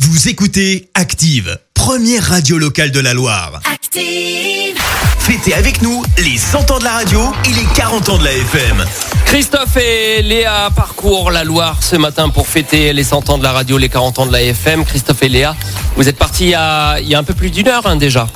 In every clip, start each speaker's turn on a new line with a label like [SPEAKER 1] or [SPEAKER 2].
[SPEAKER 1] Vous écoutez Active, première radio locale de la Loire.
[SPEAKER 2] Active.
[SPEAKER 1] Fêtez avec nous les 100 ans de la radio et les 40 ans de la FM.
[SPEAKER 3] Christophe et Léa parcourent la Loire ce matin pour fêter les 100 ans de la radio, les 40 ans de la FM. Christophe et Léa, vous êtes partis il y a, il y a un peu plus d'une heure hein, déjà.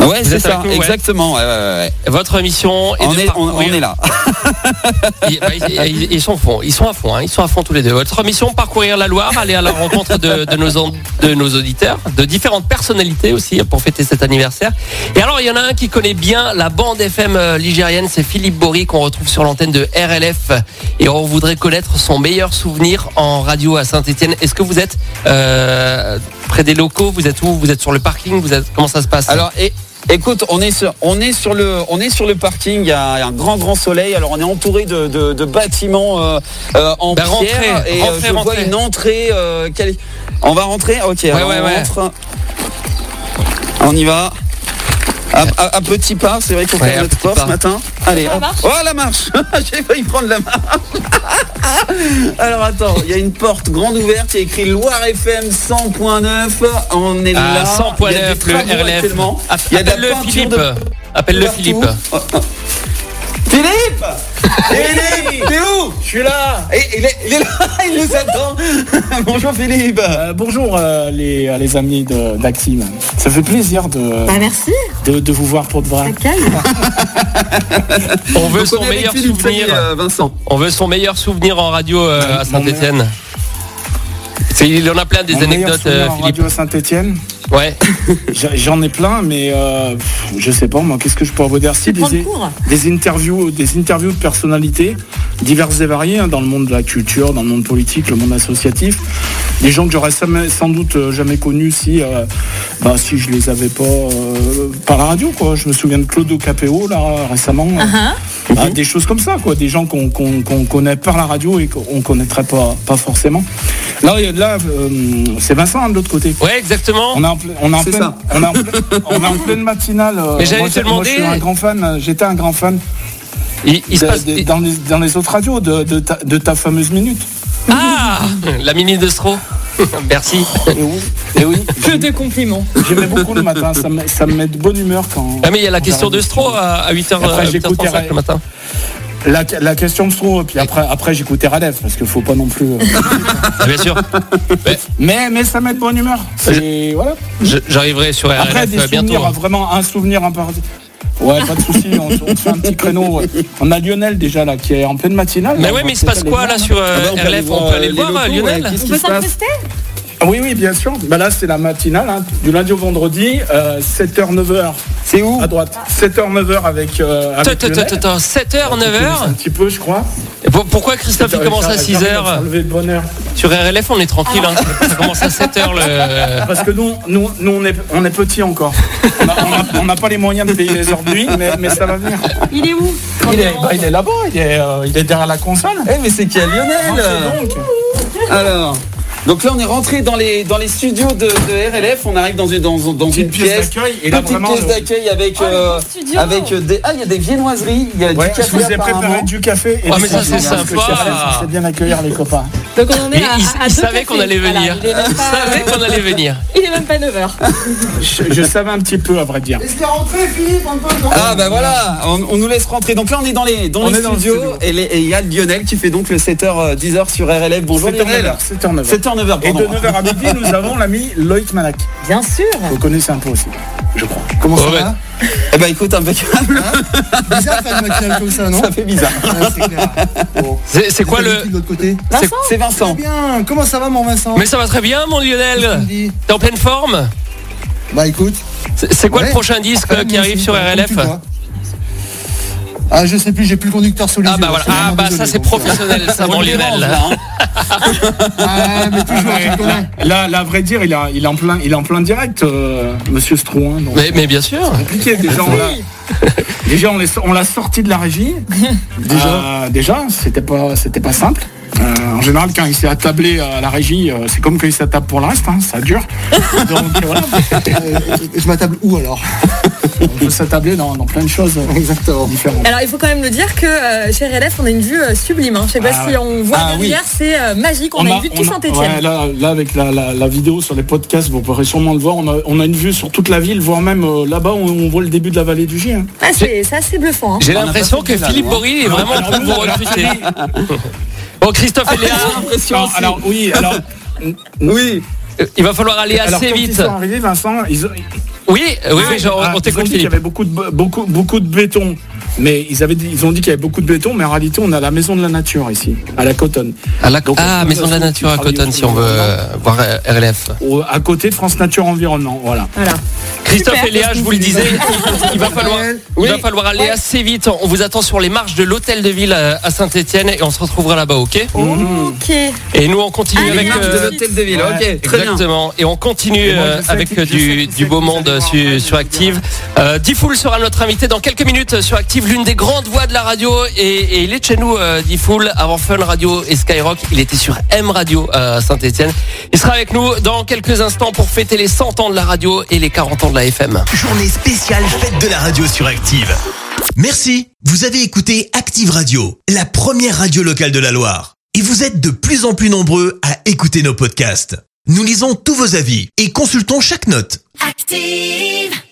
[SPEAKER 4] Ouais,
[SPEAKER 3] Hein Vous
[SPEAKER 4] c'est
[SPEAKER 3] êtes
[SPEAKER 4] ça,
[SPEAKER 3] avec nous, ouais.
[SPEAKER 4] exactement. ouais, ouais, ouais.
[SPEAKER 3] Votre mission est
[SPEAKER 4] On,
[SPEAKER 3] de
[SPEAKER 4] est, on-
[SPEAKER 3] parcourir-
[SPEAKER 4] on est là.
[SPEAKER 3] Ils, bah, ils- ils- ils sont au fond, ils sont à fond, hein, ils sont à fond tous les deux. Votre mission, parcourir la Loire, aller à la rencontre de, de nos, en- de nos auditeurs, de différentes personnalités aussi pour fêter cet anniversaire. Et alors, il y en a un qui connaît bien la bande FM euh, ligérienne, c'est Philippe Bory qu'on retrouve sur l'antenne de RLF. Et on voudrait connaître son meilleur souvenir en radio à Saint-Etienne. Est-ce que vous êtes euh, près des locaux Vous êtes où Vous êtes sur le parking vous êtes, Comment ça se passe
[SPEAKER 4] Alors, é- écoute, on est sur, on est sur le, on est sur le parking. Il y a un grand, grand soleil. Alors, on est entouré de, de- de bâtiments euh, euh, en
[SPEAKER 3] Ben,
[SPEAKER 4] pierre.
[SPEAKER 3] rentrez,
[SPEAKER 4] et euh,
[SPEAKER 3] rentrez, rentrez.
[SPEAKER 4] je vois une entrée. euh, quelle- On va rentrer. Ok. alors,
[SPEAKER 3] ouais,
[SPEAKER 4] on
[SPEAKER 3] ouais.
[SPEAKER 4] rentre. On y va. À, à- à petits pas, c'est vrai qu'on
[SPEAKER 3] Ouais,
[SPEAKER 4] fait
[SPEAKER 3] à
[SPEAKER 4] notre
[SPEAKER 3] petits
[SPEAKER 4] sport
[SPEAKER 3] pas.
[SPEAKER 4] ce matin. Allez, hop. Oh la marche J'ai failli prendre la marche Alors attends, il y a une porte grande ouverte, il y a écrit Loire FM 100.9. On est
[SPEAKER 3] Ah,
[SPEAKER 4] là.
[SPEAKER 3] 100.9,
[SPEAKER 4] Il y a des travaux
[SPEAKER 3] le RLF.
[SPEAKER 4] actuellement. Il y a de la
[SPEAKER 3] Ah, Appelle-le
[SPEAKER 4] peinture
[SPEAKER 3] Philippe.
[SPEAKER 4] de
[SPEAKER 3] Appelle-le
[SPEAKER 4] partout.
[SPEAKER 3] Philippe.
[SPEAKER 4] Oh, oh. Philippe Philippe T'es où Je suis là Et, il, est, il est là, il nous attend Bonjour Philippe
[SPEAKER 5] Euh, bonjour euh, les, euh, les amis de- d'Active. Ça fait plaisir de,
[SPEAKER 2] Bah merci,
[SPEAKER 5] de, de vous voir pour de vrai.
[SPEAKER 2] accueil.
[SPEAKER 3] on veut
[SPEAKER 4] Donc, on
[SPEAKER 3] son
[SPEAKER 4] est avec
[SPEAKER 3] meilleur
[SPEAKER 4] Philippe, ça y est,
[SPEAKER 3] souvenir.
[SPEAKER 4] euh, Vincent.
[SPEAKER 3] On veut son meilleur souvenir en radio euh,
[SPEAKER 5] Mon-
[SPEAKER 3] à
[SPEAKER 5] mon
[SPEAKER 3] Saint-Etienne. Il en a plein des
[SPEAKER 5] Mon meilleur
[SPEAKER 3] anecdotes,
[SPEAKER 5] souvenir
[SPEAKER 3] euh,
[SPEAKER 5] en
[SPEAKER 3] Philippe.
[SPEAKER 5] Radio Saint-Etienne.
[SPEAKER 3] Ouais.
[SPEAKER 5] J'en ai plein, mais euh, pff, je sais pas moi, qu'est-ce que je pourrais vous dire si
[SPEAKER 2] Tu prends le
[SPEAKER 5] des,
[SPEAKER 2] cours.
[SPEAKER 5] des interviews, des interviews de personnalités diverses et variées hein, dans le monde de la culture, dans le monde politique, le monde associatif. Des gens que j'aurais sam- sans doute euh, jamais connus si, euh, bah, si je les avais pas euh, par la radio. Quoi. Je me souviens de Claude Capéo là récemment.
[SPEAKER 2] Ah,
[SPEAKER 5] euh, bah, des choses comme ça, quoi. Des gens qu'on qu'on- qu'on connaît par la radio et qu'on connaîtrait pas, pas forcément. Là, il y a- là euh, c'est Vincent hein, de l'autre côté.
[SPEAKER 3] ouais, exactement.
[SPEAKER 5] On est en, ple- on est en
[SPEAKER 4] C'est
[SPEAKER 5] pleine,
[SPEAKER 4] ça.
[SPEAKER 5] on est en pleine- on est en pleine matinale. euh,
[SPEAKER 3] Mais j'allais
[SPEAKER 5] moi,
[SPEAKER 3] te
[SPEAKER 5] j'ai- moi, je suis
[SPEAKER 3] demander-
[SPEAKER 5] un grand fan. euh, J'étais un grand fan
[SPEAKER 3] Il, il se
[SPEAKER 5] de-
[SPEAKER 3] passe.
[SPEAKER 5] de- dans, les, dans les autres radios de, de ta, de ta fameuse minute.
[SPEAKER 3] Ah La mini de Stro. Merci.
[SPEAKER 5] Et oui, et Eh oui.
[SPEAKER 6] de compliments.
[SPEAKER 5] J'aimais beaucoup le matin. Ça me, ça me met de bonne humeur quand.
[SPEAKER 3] Ah, mais il y a la question de Stro
[SPEAKER 5] Stroh.
[SPEAKER 3] à, euh, à 8h,
[SPEAKER 5] Après, j'écoute
[SPEAKER 3] 8h35
[SPEAKER 5] RL.
[SPEAKER 3] le matin.
[SPEAKER 5] La, la question de Stroh. Puis après, après j'écoutais Radef parce qu'il faut pas non plus. euh,
[SPEAKER 3] Ah, bien sûr.
[SPEAKER 5] Mais, mais ça met de bonne humeur. C'est voilà.
[SPEAKER 3] Je- J'arriverai sur RLF
[SPEAKER 5] Après, des
[SPEAKER 3] euh, bientôt.
[SPEAKER 5] souvenirs, vraiment un souvenir en partie. Ouais, pas de souci, on, se- on se fait un petit créneau. ouais. On a Lionel déjà là qui est en pleine matinale.
[SPEAKER 3] Mais
[SPEAKER 5] Là,
[SPEAKER 3] ouais,
[SPEAKER 5] on
[SPEAKER 3] mais il
[SPEAKER 5] va
[SPEAKER 3] se passe
[SPEAKER 5] peut-être
[SPEAKER 3] quoi
[SPEAKER 5] bah, aller
[SPEAKER 3] là sur
[SPEAKER 5] voir,
[SPEAKER 3] euh,
[SPEAKER 4] on peut aller
[SPEAKER 3] RLF
[SPEAKER 4] voir,
[SPEAKER 3] On peut aller
[SPEAKER 4] euh,
[SPEAKER 3] le
[SPEAKER 4] les
[SPEAKER 3] voir, euh,
[SPEAKER 4] locaux, ouais,
[SPEAKER 3] Lionel
[SPEAKER 4] qu'est-ce
[SPEAKER 2] On
[SPEAKER 4] qui
[SPEAKER 2] peut
[SPEAKER 4] se passe
[SPEAKER 2] s'incruster
[SPEAKER 5] hein. Oui, oui, bien sûr. Bah là, c'est la matinale, hein, du lundi au vendredi, euh, 7h, 9h
[SPEAKER 4] C'est où
[SPEAKER 5] à droite. 7h, 9h avec. euh, avec Lionel.
[SPEAKER 3] 7h,
[SPEAKER 5] Un
[SPEAKER 3] 9h
[SPEAKER 5] petit peu, je crois.
[SPEAKER 3] Pourquoi Christophe il commence à 6h
[SPEAKER 5] Enlever le bonheur.
[SPEAKER 3] Sur RLF, on est tranquille. hein. Ça commence à 7h le.
[SPEAKER 5] Parce que nous, nous, nous, on est, on est petits encore. On n'a- on n'a- on n'a pas les moyens de payer les heures de nuit, mais, mais ça va venir.
[SPEAKER 2] Il est où
[SPEAKER 5] Il est, bah, il est là-bas, il est, euh, il est derrière la console. Ah,
[SPEAKER 4] Eh mais c'est qui Lionel
[SPEAKER 5] Donc,
[SPEAKER 4] Alors, donc là on est rentré dans les, dans les studios de, de RLF, on arrive dans une, dans, dans une pièce,
[SPEAKER 5] d'accueil et
[SPEAKER 4] une
[SPEAKER 5] là
[SPEAKER 4] petite
[SPEAKER 5] vraiment
[SPEAKER 4] pièce
[SPEAKER 5] le-
[SPEAKER 4] d'accueil avec,
[SPEAKER 2] Oh, le
[SPEAKER 4] euh,
[SPEAKER 2] grand studio.
[SPEAKER 4] avec euh, des... Ah il y a des viennoiseries, il y a
[SPEAKER 5] Ouais,
[SPEAKER 4] du café
[SPEAKER 5] je vous ai
[SPEAKER 4] apparemment.
[SPEAKER 5] préparé du café et
[SPEAKER 3] Ah,
[SPEAKER 5] des
[SPEAKER 3] mais ça, c'est
[SPEAKER 5] sandwichs, parce que
[SPEAKER 3] sympa.
[SPEAKER 5] ça fait- ça fait bien accueillir les copains.
[SPEAKER 6] Donc on en est
[SPEAKER 3] Mais
[SPEAKER 6] à,
[SPEAKER 3] il,
[SPEAKER 6] à
[SPEAKER 3] il
[SPEAKER 6] deux
[SPEAKER 3] savait
[SPEAKER 6] cafés.
[SPEAKER 3] qu'on allait
[SPEAKER 6] Voilà,
[SPEAKER 3] venir.
[SPEAKER 6] il est même
[SPEAKER 3] il
[SPEAKER 6] pas-
[SPEAKER 3] savait qu'on allait venir.
[SPEAKER 6] il est même pas 9h.
[SPEAKER 5] Je, je savais un petit peu à vrai dire.
[SPEAKER 4] Ah bah voilà, on, on nous laisse rentrer. Donc là on est dans les, dans
[SPEAKER 5] On
[SPEAKER 4] les
[SPEAKER 5] est dans le
[SPEAKER 4] studios
[SPEAKER 5] studio.
[SPEAKER 4] et les- et il y a Lionel qui fait donc le 7h-10h sur RLF. Bonjour
[SPEAKER 5] 7h09.
[SPEAKER 4] Lionel.
[SPEAKER 5] 7h09.
[SPEAKER 4] 7h-9h,
[SPEAKER 5] Et de
[SPEAKER 4] pardon.
[SPEAKER 5] 9h à midi, nous avons l'ami Loïc Manac.
[SPEAKER 2] Bien sûr.
[SPEAKER 5] Vous connaissez un peu aussi.
[SPEAKER 4] Comment ça
[SPEAKER 3] Oh, ouais.
[SPEAKER 4] va Eh bah écoute, impeccable,
[SPEAKER 7] bizarre de faire une matinale comme ça, non
[SPEAKER 4] ça fait bizarre.
[SPEAKER 7] Ouais, C'est clair. Bon.
[SPEAKER 3] C'est c'est quoi
[SPEAKER 7] D'habitude,
[SPEAKER 3] le.
[SPEAKER 7] De l'autre côté.
[SPEAKER 3] c'est-
[SPEAKER 4] C'est
[SPEAKER 7] Très
[SPEAKER 4] Vincent.
[SPEAKER 7] bien. Comment ça va, mon Vincent
[SPEAKER 3] Mais ça va très bien, mon
[SPEAKER 7] Tu me
[SPEAKER 3] Lionel.
[SPEAKER 7] dis
[SPEAKER 3] T'es en pleine forme
[SPEAKER 7] Bah écoute.
[SPEAKER 3] C'est c'est quoi le
[SPEAKER 7] Ouais.
[SPEAKER 3] prochain disque euh, qui arrive sur
[SPEAKER 7] Comme
[SPEAKER 3] RLF
[SPEAKER 7] tu vois. Ah, je sais plus, j'ai plus le conducteur sous les
[SPEAKER 3] Ah
[SPEAKER 7] yeux,
[SPEAKER 3] bah
[SPEAKER 7] là,
[SPEAKER 3] voilà.
[SPEAKER 7] c'est
[SPEAKER 3] Ah
[SPEAKER 7] vraiment
[SPEAKER 3] bah ça
[SPEAKER 7] désolé,
[SPEAKER 3] c'est
[SPEAKER 7] donc, euh,
[SPEAKER 3] professionnel, ça, mon
[SPEAKER 4] On est
[SPEAKER 3] Lionel.
[SPEAKER 4] là, hein.
[SPEAKER 7] Ah, mais toujours, tu
[SPEAKER 5] Là,
[SPEAKER 7] connais.
[SPEAKER 5] là, là, à vrai dire, il, a, il, est, en plein, il est en plein direct, euh, monsieur Strouin. donc
[SPEAKER 3] Mais, mais bien sûr.
[SPEAKER 5] c'est compliqué, déjà, on l'a- déjà on, les- on l'a sorti de la régie. Déjà, déjà c'était Euh, pas, c'était pas simple. Euh, en général, quand il s'est attablé à la régie, euh, c'est comme quand il s'attable pour le reste, hein, ça dure. Donc voilà,
[SPEAKER 7] Euh, je m'attable où alors
[SPEAKER 5] on peut s'attabler dans, dans plein de choses euh,
[SPEAKER 7] Exactement.
[SPEAKER 5] différentes.
[SPEAKER 6] Alors il faut quand même le dire que euh, chez RLF on a une vue euh, sublime. hein. Je sais pas
[SPEAKER 5] Ah
[SPEAKER 6] si
[SPEAKER 5] ouais.
[SPEAKER 6] on voit
[SPEAKER 4] Ah
[SPEAKER 6] derrière, c'est euh, magique. On, a, une vue de tout
[SPEAKER 5] on a-
[SPEAKER 6] Saint-Etienne.
[SPEAKER 5] ouais, là, là, avec la, la- la vidéo sur les podcasts, vous pourrez sûrement le voir. On a, on a une vue sur toute la ville, voire même euh, là-bas, on, on voit le début de la vallée du G. hein.
[SPEAKER 6] Ah, c'est c'est assez bluffant. hein.
[SPEAKER 3] J'ai
[SPEAKER 4] On a
[SPEAKER 3] l'impression
[SPEAKER 4] pas fait
[SPEAKER 3] que
[SPEAKER 4] de
[SPEAKER 3] Philippe
[SPEAKER 4] blague,
[SPEAKER 7] hein.
[SPEAKER 3] Bory est vraiment en train de vous recruter. Bon, Christophe et Léa,
[SPEAKER 7] Ah,
[SPEAKER 5] Non, alors oui, alors
[SPEAKER 4] Oui.
[SPEAKER 3] euh, il va falloir aller
[SPEAKER 5] alors,
[SPEAKER 3] assez
[SPEAKER 5] quand ils
[SPEAKER 3] vite.
[SPEAKER 5] sont arrivés, Vincent, ils, ont-
[SPEAKER 3] Oui, euh, oui, oui, genre,
[SPEAKER 5] Ah,
[SPEAKER 3] on
[SPEAKER 5] ils ont
[SPEAKER 3] t'écoute,
[SPEAKER 5] dit qu'il y
[SPEAKER 3] Philippe.
[SPEAKER 5] avait beaucoup de beaucoup beaucoup de béton, mais ils avaient dit- ils ont dit qu'il y avait beaucoup de béton, mais en réalité on a la maison de la nature ici, à la Cotonne,
[SPEAKER 3] À la,
[SPEAKER 5] Donc,
[SPEAKER 3] ah,
[SPEAKER 5] on-
[SPEAKER 3] Maison de la
[SPEAKER 5] on-
[SPEAKER 3] Nature à
[SPEAKER 5] on-
[SPEAKER 3] Cotton, si on veut euh, voir euh, RLF.
[SPEAKER 5] au- à côté de France Nature Environnement. Voilà.
[SPEAKER 6] Voilà.
[SPEAKER 3] Christophe
[SPEAKER 6] Super.
[SPEAKER 3] et Léa, je vous le disais, il va falloir, il va falloir aller assez vite. On vous attend sur les marches de l'hôtel de ville euh, à Saint-Etienne et on se retrouvera là-bas, ok
[SPEAKER 6] Ok.
[SPEAKER 3] Et nous, on continue
[SPEAKER 6] Allez,
[SPEAKER 3] avec.
[SPEAKER 6] marche de
[SPEAKER 3] euh,
[SPEAKER 6] l'hôtel
[SPEAKER 4] de ville, ok, très bien.
[SPEAKER 3] Exactement. Et on continue
[SPEAKER 4] Et moi, je
[SPEAKER 3] euh,
[SPEAKER 4] sais
[SPEAKER 3] avec
[SPEAKER 4] qui- je sais
[SPEAKER 3] du,
[SPEAKER 4] qui
[SPEAKER 3] du
[SPEAKER 4] c'est
[SPEAKER 3] beau
[SPEAKER 4] que vous
[SPEAKER 3] monde
[SPEAKER 4] allez voir en
[SPEAKER 3] sur,
[SPEAKER 4] vrai,
[SPEAKER 3] sur
[SPEAKER 4] je
[SPEAKER 3] Active. Euh, Difool sera notre invité dans quelques minutes euh, sur Active, l'une des grandes voix de la radio. Et, et il est de chez nous, euh, Difool, avant Fun Radio et Skyrock. Il était sur M Radio à Saint-Etienne. Il sera avec nous dans quelques instants pour fêter les 100 ans de la radio et les 40 ans de la FM.
[SPEAKER 1] Journée spéciale fête de la radio sur Active. Merci, vous avez écouté Active Radio, la première radio locale de la Loire. Et vous êtes de plus en plus nombreux à écouter nos podcasts. Nous lisons tous vos avis et consultons chaque note.
[SPEAKER 2] Active.